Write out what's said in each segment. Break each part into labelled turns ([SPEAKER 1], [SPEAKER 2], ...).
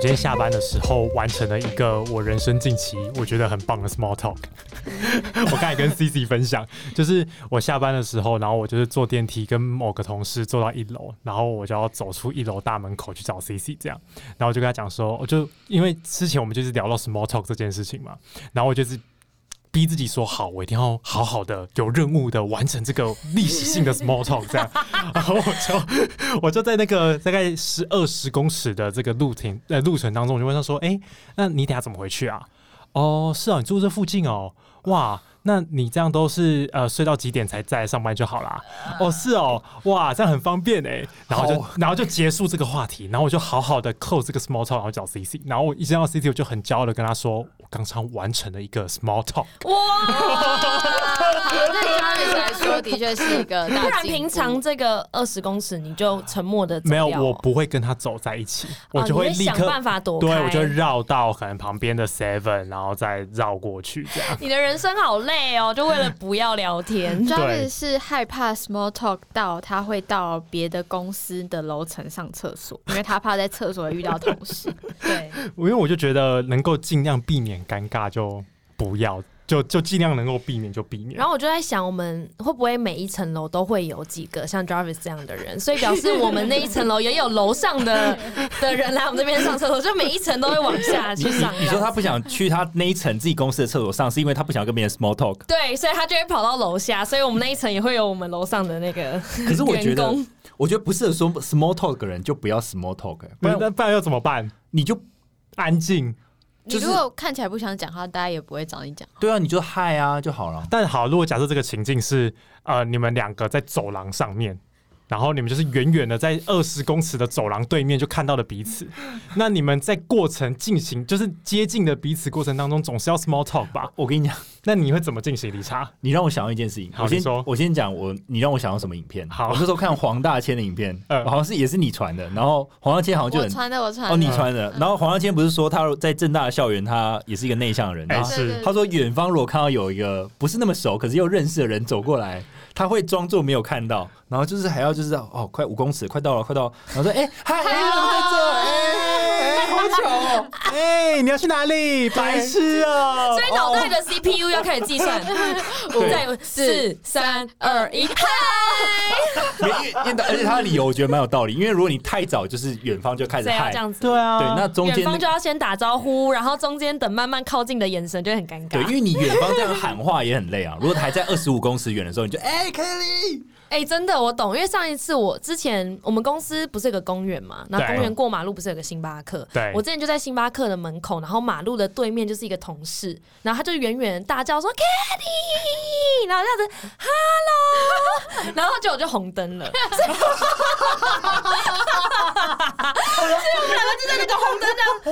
[SPEAKER 1] 今天下班的时候完成了一个我人生近期我觉得很棒的 small talk。我刚才跟 C C 分享，就是我下班的时候，然后我就是坐电梯跟某个同事坐到一楼，然后我就要走出一楼大门口去找 C C 这样，然后我就跟他讲说，我就因为之前我们就是聊到 small talk 这件事情嘛，然后我就是。逼自己说好，我一定要好好的、有任务的完成这个历史性的 small talk，这样， 然后我就我就在那个大概十二十公尺的这个路程呃路程当中，我就问他说：“哎、那你等下怎么回去啊？”哦，是啊，你住这附近哦，哇，那你这样都是呃睡到几点才再来上班就好啦？哦，是哦，哇，这样很方便哎。然后就然后就结束这个话题，然后我就好好的 close 这个 small talk，然后找 CC，然后我一见到 CC 我就很骄傲的跟他说，我刚刚完成了一个 small talk。
[SPEAKER 2] 哇，
[SPEAKER 3] 对 Jarvis 来说，的确是一个大
[SPEAKER 2] 不然
[SPEAKER 3] 进步
[SPEAKER 2] 平常这个二十公尺你就沉默的
[SPEAKER 1] 没有，我不会跟他走在一起，我就
[SPEAKER 2] 哦会
[SPEAKER 1] 立刻、
[SPEAKER 2] 想办法躲
[SPEAKER 1] 对
[SPEAKER 2] 开。
[SPEAKER 1] 我就会绕到可能旁边的 Seven，然后再绕过去这样。
[SPEAKER 2] 你的人生好累 哦，就为了不要聊天。
[SPEAKER 1] 对
[SPEAKER 4] Jarvis 是害怕 small talk 到他会到别的公司的楼层上厕所，因为他怕在厕所遇到同 事。
[SPEAKER 2] 对，
[SPEAKER 1] 因为 我就觉得能够尽量避免尴尬就不要，就就尽量能够避免就避免。
[SPEAKER 2] 然后我就在想，我们会不会每一层楼都会有几个像 Jarvis 这样的人？所以表示我们那一层楼也有楼 上的的人来我们这边上厕所，就每一层都会往下
[SPEAKER 5] 你
[SPEAKER 2] 去上
[SPEAKER 5] 你。你说他不想去他那一层自己公司的厕所上，是因为他不想要跟别人 small talk。
[SPEAKER 2] 对，所以他就会跑到楼下，所以我们那一层也会有我们楼上的那个。
[SPEAKER 5] 可是我觉
[SPEAKER 2] 员
[SPEAKER 5] 得
[SPEAKER 2] 工，
[SPEAKER 5] 我觉得不适合说 small talk 的人就不要 small talk，欸不
[SPEAKER 1] 不
[SPEAKER 5] 然
[SPEAKER 1] 然不然要怎么办？
[SPEAKER 5] 你就
[SPEAKER 1] 安静。
[SPEAKER 5] 就
[SPEAKER 4] 你
[SPEAKER 5] 是
[SPEAKER 4] 如果看起来不想讲话，大家也不会找你讲。
[SPEAKER 5] 对啊，你就嗨啊就好了。
[SPEAKER 1] 但好，如果假设这个情境是呃，你们两个在走廊上面，然后你们就是远远的在二十公尺的走廊对面就看到了彼 此，那你们在过程进行就是接近的彼此过程当中，总是要 small talk 吧？
[SPEAKER 5] 我跟你讲，
[SPEAKER 1] 那你会怎么进行理查？
[SPEAKER 5] 你让我想到一件事情。
[SPEAKER 1] 好
[SPEAKER 5] 我先
[SPEAKER 1] 你说
[SPEAKER 5] 我先讲我，你让我想到什么影片？
[SPEAKER 1] 好
[SPEAKER 5] 我那时候看黄大千的影片，
[SPEAKER 1] 嗯
[SPEAKER 5] 好像是也是你传的，然后黄大千好像就
[SPEAKER 4] 我
[SPEAKER 5] 很
[SPEAKER 4] 穿的，我穿的。
[SPEAKER 5] 哦，你
[SPEAKER 1] 嗯
[SPEAKER 5] 传的。然后黄大千不是说他在正大的校园，他也是一个内向的人，
[SPEAKER 1] 哎、
[SPEAKER 5] 然后
[SPEAKER 1] 是
[SPEAKER 2] 嗯
[SPEAKER 4] 对
[SPEAKER 5] 他说远方如果看到有一个不是那么熟，可是又认识的人走过来，他会装作没有看到，然后就是还要就是哦，快五公尺，快到了，快到了，然后说哎 嗨，哎你怎么在这？哎哎，好巧哦！
[SPEAKER 1] 哎、你要去哪里？白
[SPEAKER 5] 哎
[SPEAKER 1] 痴哦、
[SPEAKER 5] 啊
[SPEAKER 2] 所以脑袋的 CPU 要开始计 算，五、四、三、二、一，嗨！
[SPEAKER 5] 没因因而且他的理由我觉得蛮有道理，因为如果你太早就是远方就开始
[SPEAKER 2] 所以要
[SPEAKER 5] 嗨
[SPEAKER 2] 这，样子。
[SPEAKER 1] 对啊，
[SPEAKER 5] 对，那中
[SPEAKER 2] 远
[SPEAKER 5] 间那
[SPEAKER 2] 方就要先打招呼，然后中间等慢慢靠近的眼神就会很尴
[SPEAKER 5] 对，因
[SPEAKER 2] 尬。
[SPEAKER 5] 为你远方这样喊话也很累啊。如果还在二十五公尺远的时候，你就哎 Kelly，
[SPEAKER 2] 哎、真的我懂，因为上一次我之前我们公司不是有个公园嘛，然后
[SPEAKER 1] 对
[SPEAKER 2] 公园过马路不是有个星巴克？
[SPEAKER 1] 对
[SPEAKER 2] 我之前就在星巴克的门口，然后马路的对面就是一个同事，然后他就远远大叫说 “Kitty”，然后这样子 “Hello”，然后就我就红灯了。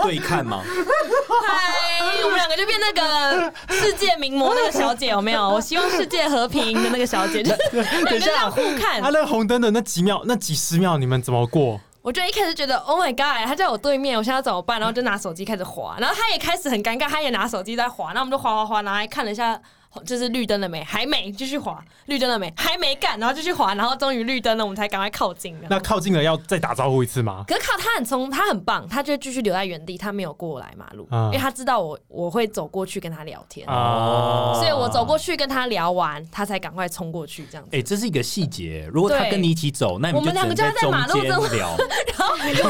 [SPEAKER 5] 对 看吗？
[SPEAKER 2] 嗨，哎我们两个就变那个世界名模那个小姐有没有？我希望世界和平的那个小姐，就是 两个
[SPEAKER 1] 等一
[SPEAKER 2] 这样
[SPEAKER 1] 下
[SPEAKER 2] 互看
[SPEAKER 1] 他、。啊那红灯的那几秒、那几十秒，你们怎么过？
[SPEAKER 2] 我就一开始觉得 Oh my God，他在我对面，我现在要怎么办？然后就拿手机开始滑，然后他也开始很尴尬，他也拿手机在滑，然后我们就滑滑滑，然后还看了一下。就是绿灯了没？还没，继续滑。绿灯了没？还没干，然后继续滑，然后终于绿灯了，我们才赶快靠近。
[SPEAKER 1] 那靠近了要再打招呼一次吗？
[SPEAKER 2] 可是靠他很聪，他很棒，他就继续留在原地，他没有过来马路，
[SPEAKER 1] 嗯
[SPEAKER 2] 因为他知道我我会走过去跟他聊天。
[SPEAKER 1] 啊、
[SPEAKER 5] 哦
[SPEAKER 2] 所以我走过去跟他聊完，他才赶快冲过去这样子。
[SPEAKER 5] 哎，这是一个细节。如果他
[SPEAKER 2] 对
[SPEAKER 5] 跟你一起走，那你
[SPEAKER 2] 我
[SPEAKER 5] 就
[SPEAKER 2] 们
[SPEAKER 5] 只
[SPEAKER 2] 两个
[SPEAKER 5] 能
[SPEAKER 2] 就
[SPEAKER 5] 在
[SPEAKER 2] 要在
[SPEAKER 5] 中
[SPEAKER 2] 马路
[SPEAKER 5] 间
[SPEAKER 2] 中
[SPEAKER 5] 聊。
[SPEAKER 2] 然后就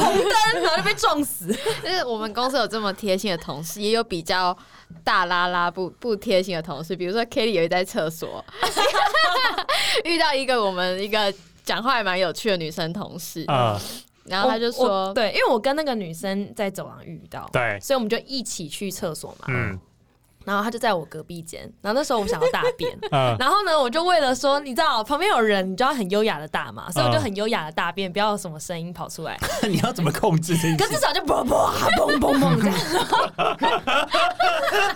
[SPEAKER 2] 红灯，然后就被撞死。
[SPEAKER 4] 就是我们公司有这么贴心的同事，也有比较大拉拉不不贴心的同事。比如说 Kelly 有一在厕所 遇到一个我们一个讲话还蛮有趣的女生同事，
[SPEAKER 2] 嗯
[SPEAKER 5] 啊
[SPEAKER 1] 呃，
[SPEAKER 4] 然后他就
[SPEAKER 2] 我我
[SPEAKER 4] 说，
[SPEAKER 2] 对，因为我跟那个女生在走廊遇到，
[SPEAKER 1] 对
[SPEAKER 2] 所以我们就一起去厕所嘛。
[SPEAKER 1] 嗯，
[SPEAKER 2] 然后他就在我隔壁间，然后那时候我想要大便，
[SPEAKER 1] 呃，
[SPEAKER 2] 然后呢，我就为了说，你知道旁边有人，你就要很优雅的大嘛，所以我就
[SPEAKER 1] 嗯
[SPEAKER 2] 很优雅的大便，不要有什么声音跑出来。
[SPEAKER 5] 你要怎么控制这件
[SPEAKER 2] 可
[SPEAKER 5] 事
[SPEAKER 2] 至？少就啵啵啊嘣嘣嘣这样，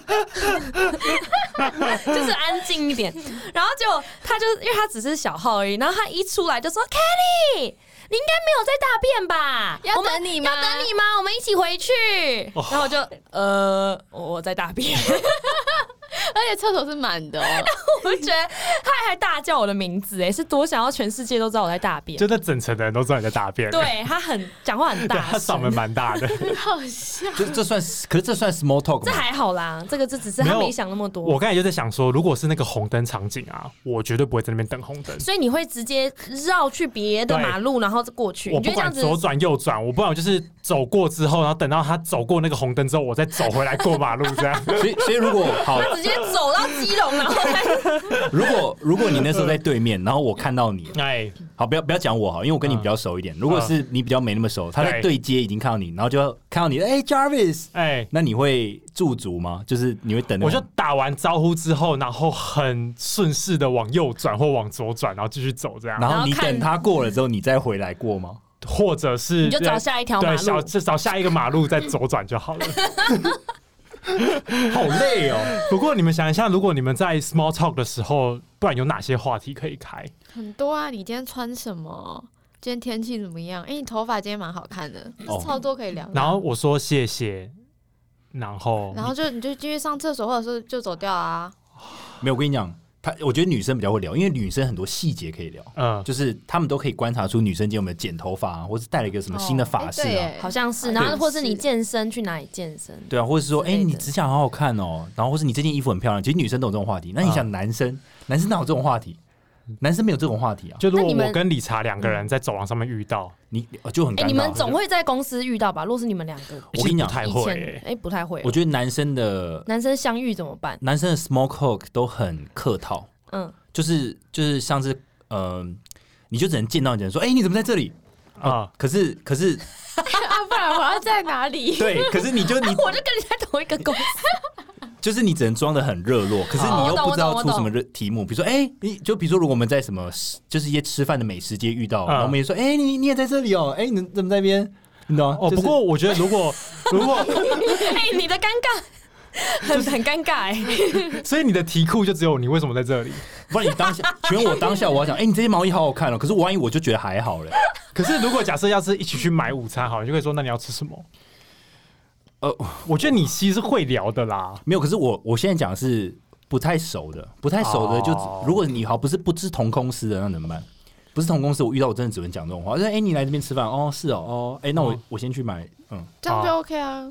[SPEAKER 2] 就是安静一点。然后结果他就因为他只是小号而已，然后他一出来就说：“Kelly，你应该没有在大便吧？
[SPEAKER 4] 要
[SPEAKER 2] 我们
[SPEAKER 4] 等你吗
[SPEAKER 2] 要等你吗？我们一起回去。”
[SPEAKER 1] 哦
[SPEAKER 2] 然后我就呃，我我在大便，
[SPEAKER 4] 而且厕所是满的、哦，
[SPEAKER 2] 我觉得他还大叫我的名字，哎，是多想要全世界都知道我在大便。
[SPEAKER 1] 就那整层的人都知道你在大便。
[SPEAKER 2] 对他很讲话很
[SPEAKER 1] 对，
[SPEAKER 2] 大
[SPEAKER 1] 他嗓门
[SPEAKER 2] 声，
[SPEAKER 1] 蛮大 的。
[SPEAKER 4] 好笑。
[SPEAKER 5] 这这算，可是这算 small talk
[SPEAKER 2] 这
[SPEAKER 5] 吗？
[SPEAKER 2] 还好啦，这个这只是
[SPEAKER 1] 没
[SPEAKER 2] 他
[SPEAKER 1] 有
[SPEAKER 2] 没想那么多。
[SPEAKER 1] 我刚才就在想说，如果是那个红灯场景啊，我绝对不会在那边等红灯。
[SPEAKER 2] 所以你会直接绕去别的
[SPEAKER 1] 对
[SPEAKER 2] 马路，然后过去，
[SPEAKER 1] 我
[SPEAKER 2] 你
[SPEAKER 1] 不
[SPEAKER 2] 就这样
[SPEAKER 1] 管
[SPEAKER 2] 子。
[SPEAKER 1] 左转右转，我不管我就是走过之后，然后等到他走过那个红灯之后，我再走回来过马路这 样。
[SPEAKER 5] 所以所以如果好，
[SPEAKER 2] 他直接走到基隆，然后再
[SPEAKER 5] 如果如果你那时候在对面，然后我看到你，
[SPEAKER 1] 哎，
[SPEAKER 5] 好，不要不要讲我好，因为我跟你比较熟一
[SPEAKER 2] 嗯
[SPEAKER 5] 点。如果是你比较没那么熟，他在对接已经看到你，然后就看到你，哎、j a r v i s
[SPEAKER 1] 哎，
[SPEAKER 5] 那你会驻足吗？就是你会等那
[SPEAKER 1] 我
[SPEAKER 5] 种
[SPEAKER 1] 就打完招呼之后，然后很顺势的往右转或往左转，然后继续走这样，
[SPEAKER 5] 然后
[SPEAKER 2] 后
[SPEAKER 5] 你
[SPEAKER 2] 看
[SPEAKER 5] 等他过了之后，你再回来过吗？
[SPEAKER 1] 或者是
[SPEAKER 2] 你就找下一条马
[SPEAKER 1] 对，
[SPEAKER 2] 路
[SPEAKER 1] 找。就找下一个马路再左转就好了。
[SPEAKER 5] 好累哦，
[SPEAKER 1] 不过你们想一下，如果你们在 small talk 的时候，不然有哪些话题可以开？
[SPEAKER 4] 很多啊！你今天穿什么？今天天气怎么样？哎、你头发今天蛮好看的，
[SPEAKER 5] 哦
[SPEAKER 4] 超多可以聊的。
[SPEAKER 1] 然后我说谢谢，然后
[SPEAKER 4] 然后就你就继续上厕所，或者是就走掉啊。
[SPEAKER 5] 没有，我跟你讲，他我觉得女生比较会聊，因为女生很多细节可以聊，
[SPEAKER 1] 嗯，
[SPEAKER 5] 就是她们都可以观察出女生今天有没有剪头发啊，或是戴了一个什么新
[SPEAKER 2] 哦
[SPEAKER 5] 的发饰
[SPEAKER 4] 诶对
[SPEAKER 5] 啊。
[SPEAKER 4] 耶
[SPEAKER 2] 好像 是，
[SPEAKER 4] 对
[SPEAKER 2] 然后或是你
[SPEAKER 4] 是
[SPEAKER 2] 健身去哪里健身？
[SPEAKER 5] 对啊，或者是说，
[SPEAKER 2] 之
[SPEAKER 5] 哎、
[SPEAKER 2] 类的
[SPEAKER 5] 你指甲好好看哦，然后或是你这件衣服很漂亮，其实女生都有这种话题。那你想男生，男生哪有这种话题？男生没有这种话题啊，
[SPEAKER 1] 就如
[SPEAKER 2] 那
[SPEAKER 1] 果
[SPEAKER 2] 你们
[SPEAKER 1] 我跟理查两个人在走廊上面遇到，
[SPEAKER 5] 你呃就很尴
[SPEAKER 2] 哎、
[SPEAKER 5] 尬。
[SPEAKER 2] 你们总会在公司遇到吧？若是你们两个
[SPEAKER 5] 我跟你讲
[SPEAKER 1] 其实不太
[SPEAKER 2] 以
[SPEAKER 1] 会
[SPEAKER 2] 前，
[SPEAKER 1] 欸、
[SPEAKER 2] 哎、不太会哦、
[SPEAKER 5] 我觉得男生的
[SPEAKER 2] 男生相遇怎么办？
[SPEAKER 5] 男生的 small talk 都很客套，
[SPEAKER 2] 嗯，
[SPEAKER 5] 就是就是像是呃，你就只能见到人说，哎、你怎么在这里？
[SPEAKER 1] 啊、
[SPEAKER 5] 可是可是
[SPEAKER 4] 啊，不然我要在哪里？
[SPEAKER 5] 对，可是 你就你
[SPEAKER 2] 我就跟你在同一个 公司，
[SPEAKER 5] 就是你只能装的很热络，可是你
[SPEAKER 2] 哦
[SPEAKER 5] 又
[SPEAKER 2] 我懂
[SPEAKER 5] 不知道
[SPEAKER 2] 我
[SPEAKER 5] 出
[SPEAKER 2] 懂
[SPEAKER 5] 什么热题目，比如说，哎、你就比如说，如果我们在什么就是一些吃饭的美食街遇到，
[SPEAKER 1] 嗯
[SPEAKER 5] 然后我们也说，哎、你你也在这里哦，哎、你怎么在那边？你懂吗？
[SPEAKER 1] 哦，
[SPEAKER 5] 就是
[SPEAKER 1] 不过我觉得如果如果，
[SPEAKER 2] 哎、你的尴尬。很很尴尬哎、
[SPEAKER 1] 所以你的题库就只有你为什么在这里？
[SPEAKER 5] 不然你当下，全我当下我要讲，哎、你这件毛衣好好看哦，可是万一我就觉得还好嘞，
[SPEAKER 1] 可是如果假设要是一起去买午餐，好，你就可以说那你要吃什么？
[SPEAKER 5] 呃，
[SPEAKER 1] 我觉得你其实会聊的啦，
[SPEAKER 5] 没有，可是我我现在讲的是不太熟的，不太熟的就只、
[SPEAKER 1] 哦
[SPEAKER 5] 如果你好不是不是同公司的，那怎么办？不是同公司，我遇到我真的只能讲这种话，就是哎、你来这边吃饭哦，是哦哦，哎、那我、
[SPEAKER 1] 嗯
[SPEAKER 5] 我先去买，嗯，
[SPEAKER 4] 这样就 OK 啊，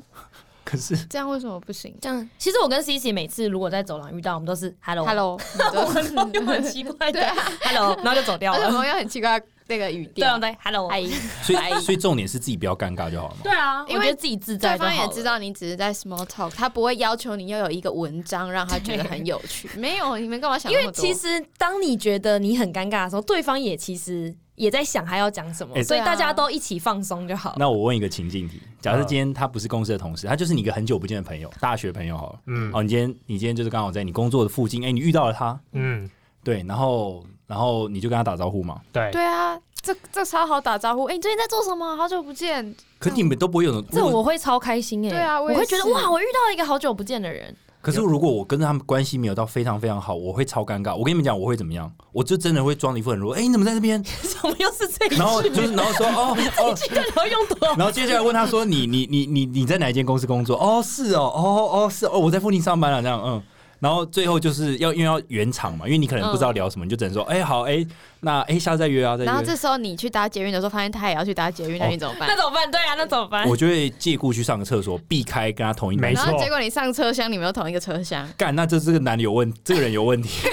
[SPEAKER 5] 可是
[SPEAKER 4] 这样为什么不行
[SPEAKER 2] 这样，其实我跟 C C 每次如果在走廊遇到，我们都是 hello
[SPEAKER 4] ？Hello，
[SPEAKER 2] 我们都用很奇 怪的
[SPEAKER 4] 对啊
[SPEAKER 2] hello，然后就走掉
[SPEAKER 4] 而且我
[SPEAKER 2] 了。
[SPEAKER 4] 们用很奇怪的那个语
[SPEAKER 2] 对
[SPEAKER 4] 调
[SPEAKER 2] 啊，，对 hello，
[SPEAKER 4] 哎，
[SPEAKER 5] 所以所以重点是自己不要尴尬就好了嘛。
[SPEAKER 2] 对啊，
[SPEAKER 4] 因
[SPEAKER 2] 因
[SPEAKER 4] 为
[SPEAKER 2] 为自己自在
[SPEAKER 4] 对
[SPEAKER 2] 就好
[SPEAKER 4] 方
[SPEAKER 2] 了，
[SPEAKER 4] 也知道你只是在 small talk，他不会要求你要有一个文章让他觉得很有趣。没有，你们干嘛想
[SPEAKER 2] 因
[SPEAKER 4] 那
[SPEAKER 2] 为
[SPEAKER 4] 么多？
[SPEAKER 2] 其实当你觉得你很尴尬的时候，对方也其实也在想还要讲什么，
[SPEAKER 5] 哎
[SPEAKER 2] 所以
[SPEAKER 4] 对啊
[SPEAKER 2] 大家都一起放松就好。
[SPEAKER 5] 那我问一个情境题，假设
[SPEAKER 1] 嗯
[SPEAKER 5] 今天他不是公司的同事，他就是你一个很久不见的朋友，大学朋友好了。
[SPEAKER 1] 嗯
[SPEAKER 5] 哦，你今天你今天就是刚好在你工作的附近，哎、你遇到了他，
[SPEAKER 1] 嗯，
[SPEAKER 5] 对，然后然后你就跟他打招呼嘛。
[SPEAKER 1] 对，
[SPEAKER 4] 对啊，这这超好打招呼。哎、你最近在做什么？好久不见。
[SPEAKER 5] 可是你们都不会有人
[SPEAKER 2] 这我会超开心哎、
[SPEAKER 4] 对啊我
[SPEAKER 2] 我
[SPEAKER 4] 也
[SPEAKER 2] 会觉得
[SPEAKER 4] 是
[SPEAKER 2] 哇，我遇到了一个好久不见的人，
[SPEAKER 5] 可是如果我跟他们关系没有到非常非常好，我会超尴尬。我跟你们讲，我会怎么样？我就真的会装的一副很弱，哎、你怎么在 这 边？
[SPEAKER 2] 怎么又是这一句？
[SPEAKER 5] 然 后就是然后说哦哦，
[SPEAKER 2] 这句到底要用多少？
[SPEAKER 5] 然后接下来问他说你你你你你在哪一间公司工作？哦是哦哦哦是哦，我在附近上班了这样嗯。然后最后就是要因为要圆场嘛，因为你可能不
[SPEAKER 2] 嗯
[SPEAKER 5] 知道聊什么，你就只能说哎、好哎、那哎、下次再约啊再
[SPEAKER 4] 然后这
[SPEAKER 5] 约。
[SPEAKER 4] 时候你去搭捷运的时候，发现他也要去搭捷运，
[SPEAKER 1] 哦
[SPEAKER 4] 那你怎么办？
[SPEAKER 2] 那怎么办？对啊，那怎么办？
[SPEAKER 5] 我就会借故去上个厕所，避开跟他同一班
[SPEAKER 1] 没
[SPEAKER 4] 然
[SPEAKER 1] 错
[SPEAKER 4] 后结果你上车厢，你们又同一个 车厢。
[SPEAKER 5] 干，那这这个男的有问，这个人有问题。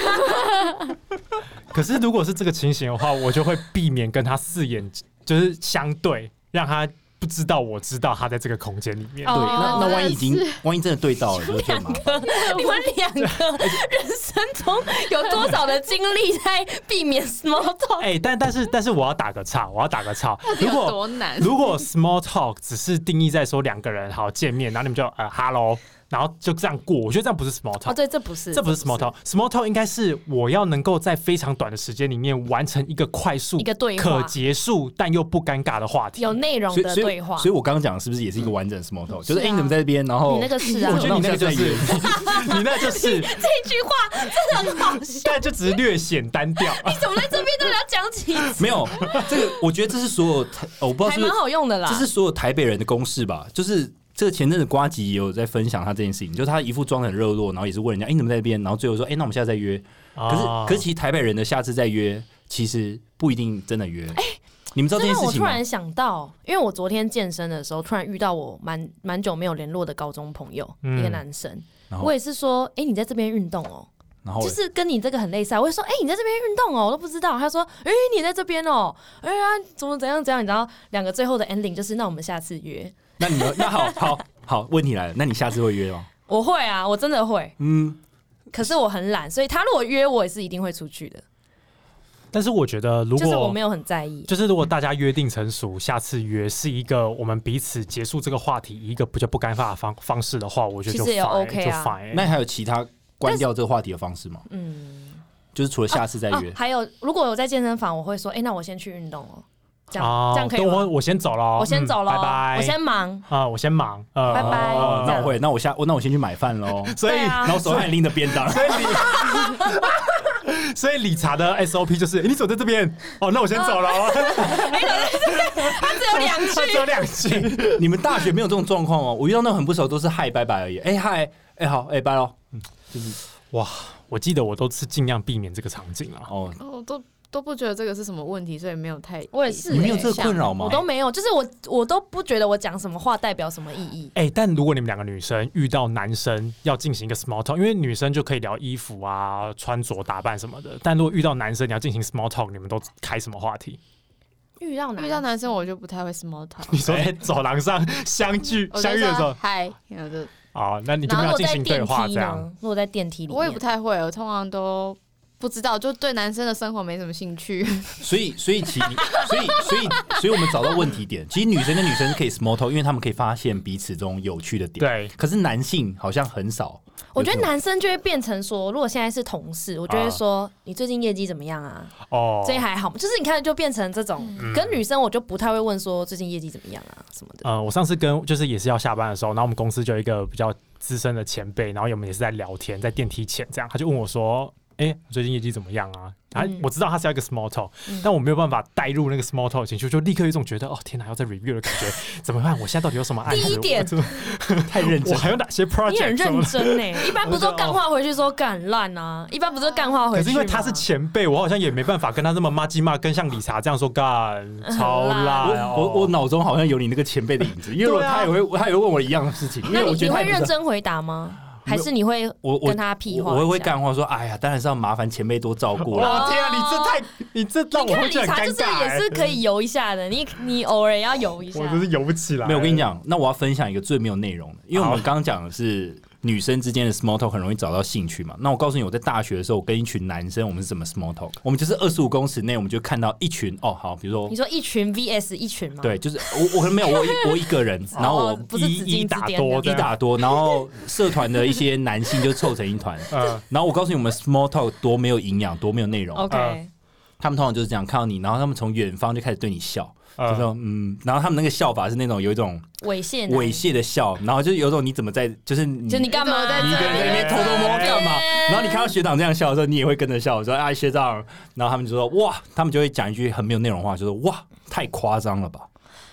[SPEAKER 1] 可是如果是这个情形的话，我就会避免跟他四眼就是相对，让他不知道我知道他在这个空间里面。
[SPEAKER 5] 对，
[SPEAKER 2] 哦
[SPEAKER 5] 那那万一已经
[SPEAKER 4] 真
[SPEAKER 5] 万一真的对到了，就就麻烦。
[SPEAKER 2] 你们两个人生中有多少的精力在避免 small talk？
[SPEAKER 1] 哎、但但是但是我要打个岔，我要打个岔。
[SPEAKER 4] 有
[SPEAKER 1] 如果
[SPEAKER 4] 多难？
[SPEAKER 1] 如果 small talk 只是定义在说两个人好见面，然后你们就呃 hello，然后就这样过，我觉得这样不是 small
[SPEAKER 2] 哦，
[SPEAKER 1] talk。
[SPEAKER 2] 对，这不是，
[SPEAKER 1] 这不是 small talk，small talk 应该是我要能够在非常短的时间里面完成一个快速、
[SPEAKER 2] 一个对
[SPEAKER 1] 可
[SPEAKER 2] 话，
[SPEAKER 1] 结束但又不尴尬的话题。
[SPEAKER 2] 有内容
[SPEAKER 5] 所以
[SPEAKER 2] 的
[SPEAKER 5] 所以
[SPEAKER 2] 对话。
[SPEAKER 5] 所以我刚刚讲的是不是也是一个完整 small talk？就是
[SPEAKER 2] 是啊
[SPEAKER 5] 哎，你怎么在这边？然后
[SPEAKER 2] 你那个是啊
[SPEAKER 1] 我觉得你那个就是，
[SPEAKER 5] 我
[SPEAKER 1] 你那就是，
[SPEAKER 2] 这句话真的很好笑，
[SPEAKER 1] 但就只是略显单调。
[SPEAKER 2] 怎么在这边都要讲起？
[SPEAKER 5] 没有这个，我觉得这是所有台，哦我不知道
[SPEAKER 2] 还
[SPEAKER 5] 是不
[SPEAKER 2] 蛮
[SPEAKER 5] 是
[SPEAKER 2] 好用的啦
[SPEAKER 5] 这。是所有台北人的公式吧？就是这个前阵子瓜吉也有在分享他这件事情，就是他一副装得很热络，然后也是问人家，哎、你怎么在这边？然后最后说，哎、那我们下次再约。
[SPEAKER 1] 可
[SPEAKER 2] 哦
[SPEAKER 5] 可是可是其实台北人的下次再约，其实不一定真的约。你们知道
[SPEAKER 2] 这
[SPEAKER 5] 这件
[SPEAKER 2] 让
[SPEAKER 5] 事
[SPEAKER 2] 哎我
[SPEAKER 5] 情
[SPEAKER 2] 突
[SPEAKER 5] 吗？
[SPEAKER 2] 然想到，因为我昨天健身的时候，突然遇到我蛮蛮久没有联络的高中朋友，
[SPEAKER 1] 嗯
[SPEAKER 2] 一个男生
[SPEAKER 5] 然。后
[SPEAKER 2] 我也是说，哎、你在这边运动哦、
[SPEAKER 5] 然后
[SPEAKER 2] 就
[SPEAKER 5] 我
[SPEAKER 2] 是跟你这个很类似啊。我就说，哎、你在这边运动哦、我都不知道。他说，哎、你在这边哦、哎呀，怎么怎样怎样，你知道，两个最后的 ending 就是，那我们下次约。
[SPEAKER 5] 那你们那好好好，问题来了，那你下次会约吗？
[SPEAKER 2] 我会啊，我真的会，
[SPEAKER 5] 嗯，
[SPEAKER 2] 可是我很懒，所以他如果约我，也是一定会出去的。
[SPEAKER 1] 但是我觉得如果
[SPEAKER 2] 就是我没有很在意，
[SPEAKER 1] 就是如果大家约定成熟，下次约是一个我们彼此结束这个话题一个比较不尴尬的方方式的话，我觉得就
[SPEAKER 2] 其实也
[SPEAKER 1] fine，
[SPEAKER 2] OK 啊
[SPEAKER 1] 就 fine。
[SPEAKER 5] 那还有其他关掉这个话题的方式吗？
[SPEAKER 2] 嗯。
[SPEAKER 5] 就是除了下次再
[SPEAKER 2] 哦
[SPEAKER 5] 约，，
[SPEAKER 2] 还有，如果我在健身房，我会说，哎、那我先去运动哦，这样、
[SPEAKER 1] 啊，
[SPEAKER 2] 这样可以
[SPEAKER 1] 等
[SPEAKER 2] 吗
[SPEAKER 1] 我？我先走了，
[SPEAKER 2] 我先
[SPEAKER 1] 嗯
[SPEAKER 2] 走了、哦
[SPEAKER 1] 拜拜，
[SPEAKER 2] 我先忙。
[SPEAKER 1] 啊，我先忙，呃
[SPEAKER 2] 拜拜
[SPEAKER 1] 呃
[SPEAKER 5] 那
[SPEAKER 2] 这
[SPEAKER 5] 我
[SPEAKER 2] 样
[SPEAKER 5] 会，那我下我那我先去买饭喽。
[SPEAKER 1] 所以
[SPEAKER 2] 对啊
[SPEAKER 5] 然后手还拎着便当，
[SPEAKER 1] 所以理，所以理查的 SOP 就是、诶你走在这边，哦，那我先走了哦，
[SPEAKER 2] 他只有两
[SPEAKER 1] 他只有
[SPEAKER 2] 句，
[SPEAKER 1] 两句，
[SPEAKER 5] 你们大学没有这种状况哦吗？我遇到那种很不熟都是嗨拜拜而已。哎、嗨，哎、好，哎、拜喽。
[SPEAKER 1] 哇。我记得我都是尽量避免这个场景啊。
[SPEAKER 5] 哦，
[SPEAKER 4] 我都都不觉得这个是什么问题，所以没有太
[SPEAKER 2] 我也是
[SPEAKER 5] 你没有
[SPEAKER 2] 欸
[SPEAKER 5] 这个困扰吗
[SPEAKER 2] 我？都没有，就是我我都不觉得我讲什么话代表什么意义。
[SPEAKER 1] 哎、但如果你们两个女生遇到男生要进行一个 small talk，因为女生就可以聊衣服啊、穿着打扮什么的，但如果遇到男生你要进行 small talk，你们都开什么话 题？
[SPEAKER 2] 遇到男
[SPEAKER 4] 遇到男生我就不太会 small talk。
[SPEAKER 1] 你说在走廊上相聚、
[SPEAKER 4] 我就
[SPEAKER 1] 相遇的时
[SPEAKER 4] 说
[SPEAKER 1] 候
[SPEAKER 4] 嗨，然后就
[SPEAKER 1] 啊，那你就
[SPEAKER 2] 然
[SPEAKER 1] 没有
[SPEAKER 2] 后如果
[SPEAKER 1] 进
[SPEAKER 2] 在
[SPEAKER 1] 行对
[SPEAKER 2] 电
[SPEAKER 1] 话
[SPEAKER 2] 梯
[SPEAKER 1] 这样。
[SPEAKER 2] 呢？如果在电梯里面，
[SPEAKER 4] 我也不太会，我通常都不知道，就对男生的生活没什么兴趣。
[SPEAKER 5] 所以，所以其，所以，所以，所以我们找到问题点。其实女生跟女生可以 small talk，因为他们可以发现彼此中有趣的点。。
[SPEAKER 1] 对，
[SPEAKER 5] 可是男性好像很少。
[SPEAKER 2] 我觉得男生就会变成说，如果现在是同事，我就
[SPEAKER 1] 啊
[SPEAKER 2] 会说、你最近业绩怎么样啊？
[SPEAKER 1] 哦，
[SPEAKER 2] 最近还好吗？就是你看就变成这种，
[SPEAKER 1] 嗯
[SPEAKER 4] 嗯
[SPEAKER 2] 跟女生我就不太会问说最近业绩怎么样啊什么的。
[SPEAKER 1] 呃，我上次跟就是也是要下班的时候，然后我们公司就有一个比较资深的前辈，然后我们也是在聊天，在电梯前这样，他就问我说：“哎、最近业绩怎么样啊？”啊，
[SPEAKER 2] 嗯
[SPEAKER 1] 我知道他是要一个 small talk，、
[SPEAKER 2] 嗯
[SPEAKER 1] 但我没有办法带入那个 small talk 的情绪，就立刻有一种觉得哦天哪，要在 review 的感觉，怎么办？我现在到底有什么案
[SPEAKER 2] 第
[SPEAKER 1] 子？
[SPEAKER 2] 一点
[SPEAKER 1] 我怎么
[SPEAKER 5] 太认真
[SPEAKER 1] 我，还有哪些
[SPEAKER 2] 你
[SPEAKER 1] project？
[SPEAKER 2] 很
[SPEAKER 1] 什
[SPEAKER 2] 认
[SPEAKER 1] 么的
[SPEAKER 2] 真呢，一般不都干话回去说干烂啊？一般不都干话
[SPEAKER 1] 哦
[SPEAKER 2] 回
[SPEAKER 1] 可
[SPEAKER 2] 去吗？
[SPEAKER 1] 是因为他是前辈，我好像也没办法跟他那么骂鸡骂，跟像理查这样说干
[SPEAKER 2] 嗯
[SPEAKER 1] 超
[SPEAKER 2] 很
[SPEAKER 1] 烂
[SPEAKER 2] 烂
[SPEAKER 5] 我
[SPEAKER 1] 哦。
[SPEAKER 5] 我我脑中好像有你那个前辈的影子，因为我
[SPEAKER 1] 对啊
[SPEAKER 5] 他也会他也会问我一样的事情，因
[SPEAKER 2] 那
[SPEAKER 5] 为我
[SPEAKER 2] 你
[SPEAKER 5] 觉
[SPEAKER 2] 你
[SPEAKER 5] 得他
[SPEAKER 2] 会
[SPEAKER 5] 也不知道
[SPEAKER 2] 认真回答 吗？还是你会
[SPEAKER 5] 我我
[SPEAKER 2] 跟他屁话一
[SPEAKER 5] 我
[SPEAKER 2] 下
[SPEAKER 5] 我会干话说，哎呀，当然是要麻烦前辈多照顾啦。
[SPEAKER 1] 哇天啊，你这太你这让
[SPEAKER 2] 你
[SPEAKER 1] 我
[SPEAKER 2] 看
[SPEAKER 1] 会
[SPEAKER 2] 理
[SPEAKER 1] 觉得很
[SPEAKER 2] 查
[SPEAKER 1] 尴
[SPEAKER 2] 就是
[SPEAKER 1] 尬、欸
[SPEAKER 2] 也
[SPEAKER 5] 欸
[SPEAKER 2] 是可以啊游一下的，你你偶尔也要游一下
[SPEAKER 1] 我。就是游不起来。
[SPEAKER 5] 没有，我跟你，讲，那我要分享一个最没有内容的，因为我们刚刚讲的是女生之间的 small talk 很容易找到兴趣嘛。那我告诉你，我在大学的时候，我跟一群男生，我们是怎么 small talk？我们就是二十五公尺内，我们就看到一群哦，好，比如说
[SPEAKER 2] 你说一群 VS 一群吗？哦
[SPEAKER 5] 对，就是我我可能没有我一我一 个人，然后我
[SPEAKER 2] 哦不是
[SPEAKER 1] 一
[SPEAKER 2] 指
[SPEAKER 1] 一
[SPEAKER 2] 尖
[SPEAKER 1] 打
[SPEAKER 2] 指点
[SPEAKER 1] 多
[SPEAKER 2] 的
[SPEAKER 1] 这
[SPEAKER 5] 一
[SPEAKER 1] 样
[SPEAKER 5] 打多，然后社团的一些男性就凑成一 团。
[SPEAKER 1] 呃，
[SPEAKER 5] 然后我告诉你，我们 small talk 多没有营养，多没有内容。
[SPEAKER 2] 哦，OK，
[SPEAKER 5] 他们通常就是这样看到你，然后他们从远方就开始对你笑，
[SPEAKER 1] 呃
[SPEAKER 5] 就说嗯，然后他们那个笑法是那种有一种
[SPEAKER 2] 猥亵男
[SPEAKER 5] 猥，亵的笑，然后就有种你怎么在，就是你
[SPEAKER 2] 就你干嘛
[SPEAKER 4] 你在
[SPEAKER 5] 你一个人在那边偷偷摸干嘛？然后你看到学长这样笑的时候，你也会跟着笑。我说啊，学长，然后他们就说哇，他们就会讲一句很没有内容的话，就说哇，太夸张了吧，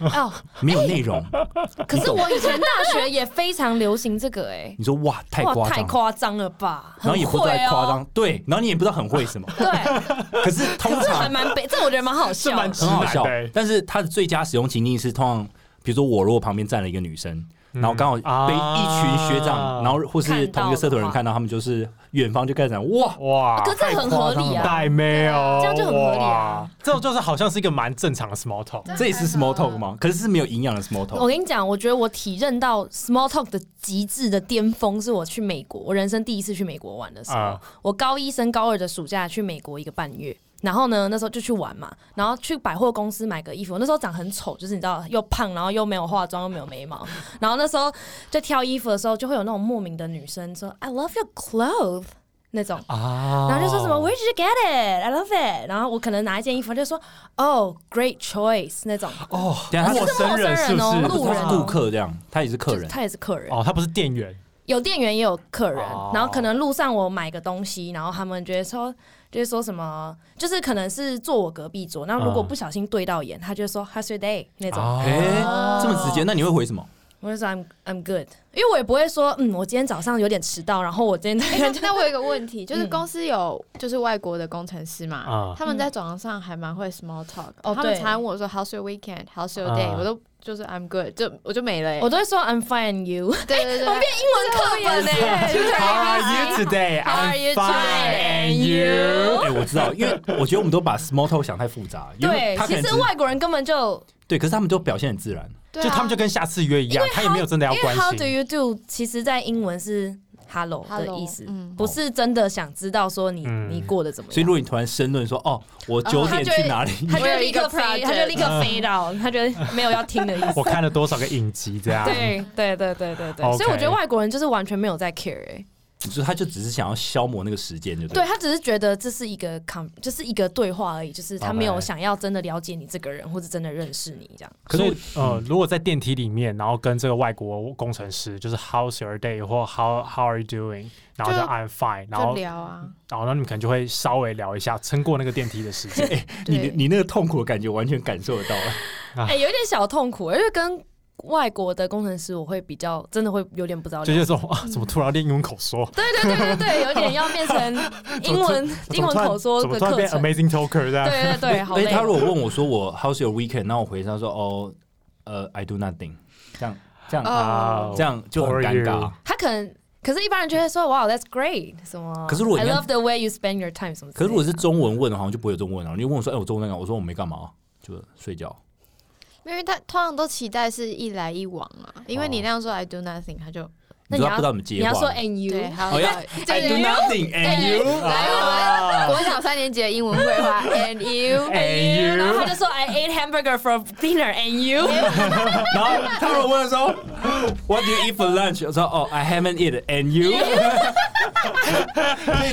[SPEAKER 2] 哦，
[SPEAKER 5] 没有内容。
[SPEAKER 2] 哎可是我以前大学也非常流行这个哎，
[SPEAKER 5] 你说哇， 太
[SPEAKER 2] 哇，
[SPEAKER 5] 夸
[SPEAKER 2] 太
[SPEAKER 5] 张。
[SPEAKER 2] 夸张了吧？
[SPEAKER 5] 然后也不知道
[SPEAKER 2] 很会
[SPEAKER 5] 在
[SPEAKER 2] 哦
[SPEAKER 5] 夸张，，对，然后你也不知道很会什么，
[SPEAKER 2] 对，
[SPEAKER 5] 可是通
[SPEAKER 2] 可是 还
[SPEAKER 5] 常
[SPEAKER 2] 蛮悲，这我觉得蛮好笑
[SPEAKER 1] 这
[SPEAKER 2] 的，
[SPEAKER 1] 蛮
[SPEAKER 5] 很好
[SPEAKER 1] 直男
[SPEAKER 5] 笑
[SPEAKER 1] 的欸。
[SPEAKER 5] 但是它的最佳使用情境是通常，比如说我如果旁边站了一个女生，然后刚好被一群学
[SPEAKER 1] 啊
[SPEAKER 5] 长，然后或是同一个社团人看到，他们就是远方就开始讲哇，
[SPEAKER 1] 哇，
[SPEAKER 2] 可是这很合理啊，
[SPEAKER 1] 带妹哦，
[SPEAKER 2] 这样就很合理啊
[SPEAKER 1] 哇。这种就是好像是一个蛮正常的 small talk，
[SPEAKER 5] 这也是 small talk 吗？可是是没有营养的 small
[SPEAKER 2] 我
[SPEAKER 5] talk。
[SPEAKER 2] 跟你讲，我觉得我体认到 small talk 的极致的巅峰，是我去美国，我人生第一次去美国玩的时候，
[SPEAKER 1] 啊
[SPEAKER 2] 我高一升高二的暑假去美国一个半月。然后呢，那时候就去玩嘛，然后去百货公司买个衣服。我那时候长很丑，就是你知道，又胖，然后又没有化妆，又没有眉 毛。然后那时候就挑衣服的时候，就会有那种莫名的女生说 “I love your clothes” 那种，
[SPEAKER 5] 哦
[SPEAKER 1] 啊
[SPEAKER 2] 然后就说什么 “Where did you get it? I love it”。然后我可能拿一件衣服，她就说 “Oh, great choice” 那种。
[SPEAKER 1] 哦，
[SPEAKER 5] 等下他
[SPEAKER 1] 陌
[SPEAKER 5] 是
[SPEAKER 1] 生人是不
[SPEAKER 2] 陌生
[SPEAKER 5] 他
[SPEAKER 2] 人
[SPEAKER 1] 是
[SPEAKER 2] 哦？路
[SPEAKER 5] 不
[SPEAKER 2] 人
[SPEAKER 5] 是顾客这样，他也是客
[SPEAKER 2] 就是
[SPEAKER 5] 人。
[SPEAKER 2] 她也是客人
[SPEAKER 1] 哦，他不是店员，
[SPEAKER 2] 有店员也有客人，
[SPEAKER 1] 哦
[SPEAKER 2] 然后可能路上我买个东西，然后他们觉得说，就会说什么，就是可能是坐我隔壁桌，然后如果
[SPEAKER 1] 嗯
[SPEAKER 2] 不小心对到眼，他就说 How's your day 那种。
[SPEAKER 1] 哦
[SPEAKER 5] 哎，这么直接，那你会回什么？
[SPEAKER 2] 我就说 I'm I'm good，因为我也不会说嗯，我今天早上有点迟到，然后我今天
[SPEAKER 4] 哎那那我有一个问题，就是
[SPEAKER 2] 嗯
[SPEAKER 4] 公司有就是外国的工程师嘛，
[SPEAKER 1] 啊
[SPEAKER 4] 他们在早上上还蛮会 small talk，、
[SPEAKER 2] 哦
[SPEAKER 4] 他们
[SPEAKER 2] 对
[SPEAKER 4] 常问我说 How's your weekend? How's your day？、
[SPEAKER 1] 啊
[SPEAKER 4] 我都就是 I'm good，就我就没了、欸。
[SPEAKER 2] 我都会说 I'm fine you，
[SPEAKER 4] 对对对，
[SPEAKER 2] 英文课本呢
[SPEAKER 1] 欸 How are you today?
[SPEAKER 2] How are
[SPEAKER 1] I'm
[SPEAKER 2] you
[SPEAKER 1] fine,
[SPEAKER 2] today?
[SPEAKER 1] and
[SPEAKER 2] 哦
[SPEAKER 1] you?
[SPEAKER 5] 哎、我知道，因为我觉得我们都把 small talk 想太复杂。因为
[SPEAKER 2] 对
[SPEAKER 5] 他，可
[SPEAKER 2] 其
[SPEAKER 5] 能只
[SPEAKER 2] 实
[SPEAKER 5] 是
[SPEAKER 2] 外国人根本就
[SPEAKER 5] 对，可是他们就表现很自然。
[SPEAKER 4] 对啊
[SPEAKER 1] 就他们就跟下次约一样，他也没有真的要
[SPEAKER 2] 因为
[SPEAKER 1] 关
[SPEAKER 2] How do
[SPEAKER 1] 心。
[SPEAKER 2] you do？其实，在英文是 Hello 的
[SPEAKER 4] Hello，
[SPEAKER 2] 意思，
[SPEAKER 4] 嗯
[SPEAKER 2] 不是真的想知道说你
[SPEAKER 1] 嗯
[SPEAKER 2] 你过得怎么
[SPEAKER 5] 所以
[SPEAKER 2] 样
[SPEAKER 5] 如。果你突然申论说，哦，我九点
[SPEAKER 2] 他就会
[SPEAKER 5] 去哪里？
[SPEAKER 2] 他就
[SPEAKER 4] 我
[SPEAKER 2] 会
[SPEAKER 4] 有
[SPEAKER 2] 立
[SPEAKER 4] 一个
[SPEAKER 2] 刻飞，
[SPEAKER 4] project
[SPEAKER 2] 他就立刻飞 到，他觉得没有要听的意思
[SPEAKER 1] 我。看了多少个影集这样？
[SPEAKER 2] 对对对对对对
[SPEAKER 1] OK
[SPEAKER 2] 所以我觉得外国人就是完全没有在 care，、欸、
[SPEAKER 5] 你说他就只是想要消磨那个时间，就
[SPEAKER 2] 对
[SPEAKER 5] 对了。
[SPEAKER 2] 他只是觉得这是一个 com，就是一个对话而已，就是他没有
[SPEAKER 1] OK
[SPEAKER 2] 想要真的了解你这个人，或者真的认识你这样。
[SPEAKER 1] 可是我呃，如果在电梯里面，然后跟这个外国工程师就是 How's your day 或 How How are you doing，然后就
[SPEAKER 4] 就
[SPEAKER 1] I'm fine，然
[SPEAKER 4] 就
[SPEAKER 1] 后
[SPEAKER 4] 聊啊，
[SPEAKER 1] 然后你们可能就会稍微聊一下，撑过那个电梯的时 间。
[SPEAKER 5] 你
[SPEAKER 4] 对
[SPEAKER 5] 你那个痛苦的感觉完全感受得到了。
[SPEAKER 1] 啊
[SPEAKER 2] 哎、有一点小痛苦，因为跟外国的工程师，我会比较真的会有点不知道
[SPEAKER 1] 就
[SPEAKER 2] 聊。
[SPEAKER 1] 是说啊，怎么突然要练英文口说？
[SPEAKER 2] 对对对对对，有点要变成英文英文口说
[SPEAKER 1] 怎么
[SPEAKER 2] 的
[SPEAKER 1] 突然
[SPEAKER 2] 课
[SPEAKER 1] 变
[SPEAKER 2] 程。
[SPEAKER 1] Amazing Talker 这样？
[SPEAKER 2] 对对对，好
[SPEAKER 5] 而
[SPEAKER 2] 累哦。
[SPEAKER 5] 且哎他如果问我说我 How's your weekend，那我回他说哦，呃，I do nothing，这样这样、
[SPEAKER 4] 哦
[SPEAKER 2] 哦
[SPEAKER 1] 啊
[SPEAKER 5] 这样就很
[SPEAKER 1] For
[SPEAKER 5] 尴
[SPEAKER 1] you
[SPEAKER 5] 尬。
[SPEAKER 2] 他可能，可是一般人就会说哇，That's great，什么？
[SPEAKER 5] 可是如果
[SPEAKER 2] I
[SPEAKER 5] 你看
[SPEAKER 2] love the way you spend your time 什么之类的？
[SPEAKER 5] 可是如果是中文问的话，好像就不会有这种问了。你就问我说，哎、我中文在干嘛？我说我没干嘛，啊就睡觉。
[SPEAKER 4] 因为他通常都期待是一来一往啊，因
[SPEAKER 1] 哦
[SPEAKER 4] 为你那样说 I do nothing，他就
[SPEAKER 2] 那你
[SPEAKER 5] 你说
[SPEAKER 2] 要
[SPEAKER 5] 他不知道你们接
[SPEAKER 2] 你要
[SPEAKER 5] 话
[SPEAKER 2] 说
[SPEAKER 5] 吗
[SPEAKER 2] and
[SPEAKER 4] 对，
[SPEAKER 2] you，
[SPEAKER 4] 还
[SPEAKER 5] 哦
[SPEAKER 4] 有
[SPEAKER 5] 要 I
[SPEAKER 2] 对
[SPEAKER 5] do nothing and you 啊
[SPEAKER 4] 国小三年级的英文绘画 and you，
[SPEAKER 1] and you
[SPEAKER 2] 然后他就说 I ate hamburger for dinner and you，
[SPEAKER 5] 然后他们问说 What do you eat for lunch？我说哦、i haven't eat and you 所 以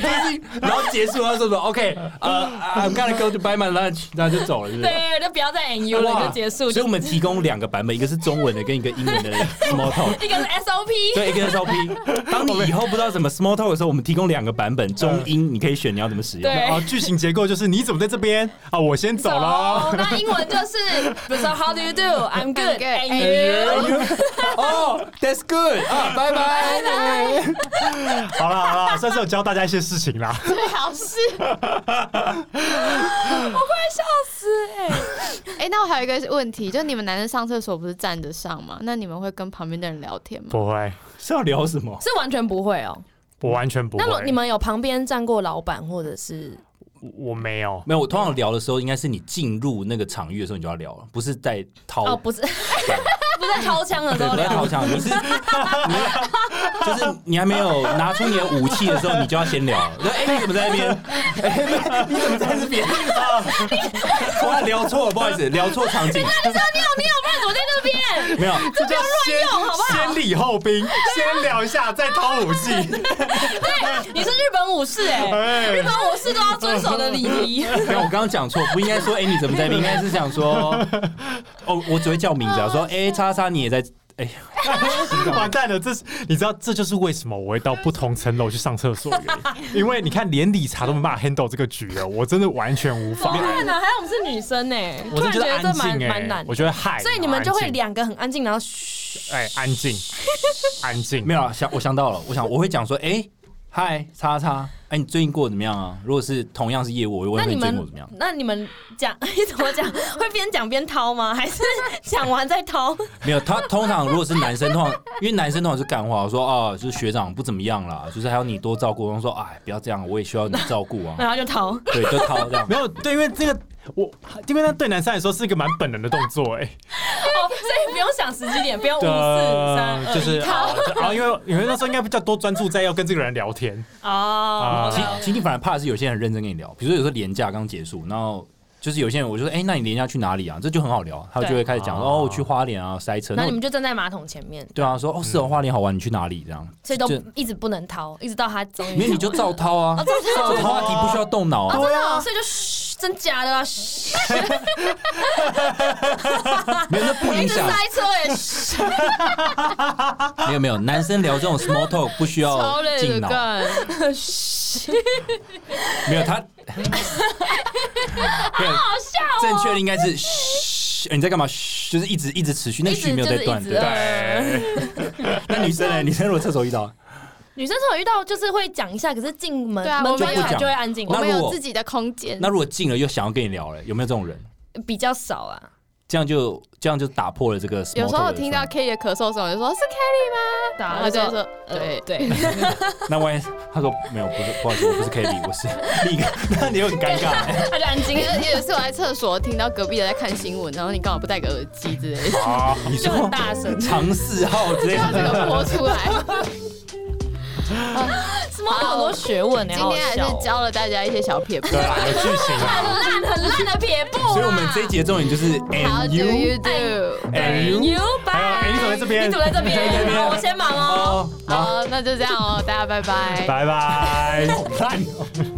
[SPEAKER 5] 就是，然后结束他说什么 OK，呃、i m gonna go to buy my lunch，然后就走了，是不是？
[SPEAKER 2] 对，就不要再 and you 了，
[SPEAKER 5] 哇
[SPEAKER 2] 就结束。
[SPEAKER 5] 所以
[SPEAKER 2] 就
[SPEAKER 5] 我们提供两个版本，一个是中文的，跟一个英文的 small talk。
[SPEAKER 2] 一个是 SOP，
[SPEAKER 5] 对，一个是 SOP。当你以后不知道怎么 small talk 的时候，我们提供两个版本，中英你可以选你要怎么使用。
[SPEAKER 2] 嗯对
[SPEAKER 1] 啊，剧情结构就是你怎么在这边啊？我先走了。
[SPEAKER 2] 走那英文就是，比如说 How do you do？I'm good
[SPEAKER 4] good,
[SPEAKER 2] and you。
[SPEAKER 5] 哦，That's good 啊，拜拜。
[SPEAKER 1] 好了好了，算是有教大家一些事情啦。
[SPEAKER 4] 最好是。 哎、那我还有一个问题，就你们男生上厕所不是站着上吗？那你们会跟旁边的人聊天吗？
[SPEAKER 1] 不会，
[SPEAKER 5] 是要聊什么？
[SPEAKER 2] 是完全不会哦。
[SPEAKER 1] 我完全不
[SPEAKER 2] 那如果
[SPEAKER 1] 会。
[SPEAKER 2] 你们有旁边站过老板或者是
[SPEAKER 1] 我我没有，
[SPEAKER 5] 没有，我通常聊的时候，应该是你进入那个场域的时候，你就要聊了，不是在掏。
[SPEAKER 2] 哦，不是，不是掏枪的时
[SPEAKER 5] 对，
[SPEAKER 2] 候
[SPEAKER 5] 不要
[SPEAKER 2] 聊
[SPEAKER 5] 掏。枪，你是 你就是你还没有拿出你的武器的时候，你就要先聊了。就哎、你怎么在那边？哎、你怎么在这边？啊，我聊错了，不好意思，聊错场景。
[SPEAKER 2] 你有办法躲在那边？
[SPEAKER 5] 没有，
[SPEAKER 1] 这叫先先礼后兵，
[SPEAKER 2] 啊
[SPEAKER 1] 先聊一下再掏武 器。
[SPEAKER 2] 你是日本武士哎、
[SPEAKER 1] 哎
[SPEAKER 2] 日本武士都要遵守的礼仪。
[SPEAKER 5] 没有，我刚刚讲错，不应该说哎、你怎么在那边？应该是想说，哦，我只会叫名字啊，说哎、叉叉你也在。哎、
[SPEAKER 1] 完蛋了，这是你知道，这就是为什么我会到不同层楼去上厕所的原因，因为你看连理查都没办法 handle 这个局了，我真的完全无法。
[SPEAKER 2] 天哪，还好我们是女生哎、
[SPEAKER 1] 我
[SPEAKER 2] 突
[SPEAKER 1] 是
[SPEAKER 2] 然
[SPEAKER 1] 觉
[SPEAKER 2] 觉
[SPEAKER 1] 得
[SPEAKER 2] 得这
[SPEAKER 1] 安
[SPEAKER 2] 蛮
[SPEAKER 1] 静
[SPEAKER 2] 蛮
[SPEAKER 1] 哎、
[SPEAKER 2] 难
[SPEAKER 1] 我
[SPEAKER 2] 的。
[SPEAKER 1] 觉得嗨，
[SPEAKER 2] 所以你们就会
[SPEAKER 1] 安静
[SPEAKER 2] 两个很安静，然后嘘。
[SPEAKER 1] 哎安 静，安静，
[SPEAKER 5] 没有啊想我想到了，我想我会讲说哎。嗨，叉叉，哎、你最近过得怎么样啊？如果是同样是业务，我会
[SPEAKER 2] 那
[SPEAKER 5] 问
[SPEAKER 2] 你
[SPEAKER 5] 你最近过
[SPEAKER 2] 们
[SPEAKER 5] 得怎么样。
[SPEAKER 2] 那你们讲 你怎么讲？会边讲边掏吗？还是讲完再掏？
[SPEAKER 5] 没有，他通常如果是男生，通常因为男生通常是干话，说啊，就是学长不怎么样啦，就是还要你多照顾。然后说，哎，不要这样，我也需要你照顾啊。
[SPEAKER 2] 然后就掏。
[SPEAKER 5] 对，就掏 这样。
[SPEAKER 1] 没有对，因为这个我，因为那对男生来说是一个蛮本能的动作哎、
[SPEAKER 2] 哦，所以不用想时机点，不用五四三
[SPEAKER 1] 的，
[SPEAKER 2] 二
[SPEAKER 1] 啊就是
[SPEAKER 2] 一
[SPEAKER 1] 啊
[SPEAKER 2] 掏。，
[SPEAKER 1] 就啊因 为因为那时候应该比较多专注在要跟这个人聊天，啊
[SPEAKER 2] 哦，
[SPEAKER 5] 其其实你反而怕的是有些人认真跟你聊，比如说有时候廉价刚结束，然后就是有些人我就说，哎、那你廉价去哪里啊？这就很好聊，他就会开始讲说，
[SPEAKER 1] 对
[SPEAKER 5] 哦，我去花莲啊，塞车。
[SPEAKER 2] 然
[SPEAKER 5] 那
[SPEAKER 2] 后你
[SPEAKER 5] 我
[SPEAKER 2] 们就站在马桶前面，
[SPEAKER 5] 对啊，说哦，是哦，花莲好玩，你去哪里这样？
[SPEAKER 2] 所以都
[SPEAKER 5] 就
[SPEAKER 2] 一直不能掏，一直到他终于
[SPEAKER 5] 因为你就照掏啊，照掏话题不需要动脑啊。
[SPEAKER 2] 真的哦，所以就嘘，真假的啊，嘘，
[SPEAKER 5] 没有，那不影
[SPEAKER 2] 一直
[SPEAKER 5] 响。
[SPEAKER 2] 塞车哎，嘘
[SPEAKER 5] 没有没有，男生聊这种 small talk 不需要
[SPEAKER 4] 超累
[SPEAKER 5] 进
[SPEAKER 4] 的
[SPEAKER 5] 脑。
[SPEAKER 4] 干，
[SPEAKER 5] 没 有他，
[SPEAKER 2] 哦
[SPEAKER 5] 没有好笑、正确的应该是嘘，你在干嘛？嘘，就是一直一直持续，那
[SPEAKER 2] 一
[SPEAKER 5] 个
[SPEAKER 2] 直
[SPEAKER 5] 续没有
[SPEAKER 2] 就
[SPEAKER 5] 在
[SPEAKER 2] 是
[SPEAKER 5] 断
[SPEAKER 2] 一直嗯
[SPEAKER 5] 的。
[SPEAKER 2] 呃
[SPEAKER 5] 那女生呢？女生如果厕所遇到，
[SPEAKER 2] 女生是有遇到就是会讲一下，可是进门
[SPEAKER 4] 对啊
[SPEAKER 2] 门
[SPEAKER 4] 我们
[SPEAKER 2] 关
[SPEAKER 4] 有
[SPEAKER 2] 起来就会安静，
[SPEAKER 5] 那
[SPEAKER 4] 我
[SPEAKER 5] 如
[SPEAKER 4] 们
[SPEAKER 5] 果
[SPEAKER 4] 有自己的空间。
[SPEAKER 5] 那如果进了又想要跟你聊了，有没有这种人？
[SPEAKER 2] 比较少啊。
[SPEAKER 5] 这样就这样就打破了这个 small talk 的氛围。
[SPEAKER 4] 有时候我听到 K 的咳嗽声，我就说是 Kelly 吗？
[SPEAKER 2] 对啊
[SPEAKER 4] 然后就
[SPEAKER 2] 就
[SPEAKER 4] 会说
[SPEAKER 2] 对
[SPEAKER 4] 对，
[SPEAKER 2] 对，
[SPEAKER 5] 那万一他说没有，不是，不好意思，我不是 k a t i e 我是另一个， 那你又很尴尬、
[SPEAKER 2] 他就安静
[SPEAKER 4] 因为。有一次我在厕所听到隔壁的在看新闻，然后你干嘛不戴个耳机之类的，
[SPEAKER 5] 啊，你
[SPEAKER 2] 就很
[SPEAKER 5] 说，
[SPEAKER 2] 大声
[SPEAKER 5] 尝试号之类
[SPEAKER 4] 让这
[SPEAKER 5] 的，
[SPEAKER 4] 个播出 来。
[SPEAKER 2] 哦什么好多学问哎呢？
[SPEAKER 4] 今天还是教了大家一些小撇步。
[SPEAKER 1] 对啦，有剧情 啊，
[SPEAKER 2] 烂很烂的撇步啊
[SPEAKER 5] 所以我们这一节重点就是
[SPEAKER 4] How
[SPEAKER 5] and
[SPEAKER 4] do you
[SPEAKER 5] you
[SPEAKER 4] do？
[SPEAKER 5] and you，
[SPEAKER 2] 牛掰！
[SPEAKER 1] 还有哎你怎么在这边
[SPEAKER 2] 你怎么在这
[SPEAKER 5] 你怎么在这
[SPEAKER 2] 边？
[SPEAKER 5] 边
[SPEAKER 2] 好，我先忙哦。
[SPEAKER 5] 好，
[SPEAKER 4] 好，那就这样哦，大家拜 拜。
[SPEAKER 1] 拜拜。
[SPEAKER 5] 好烂哦。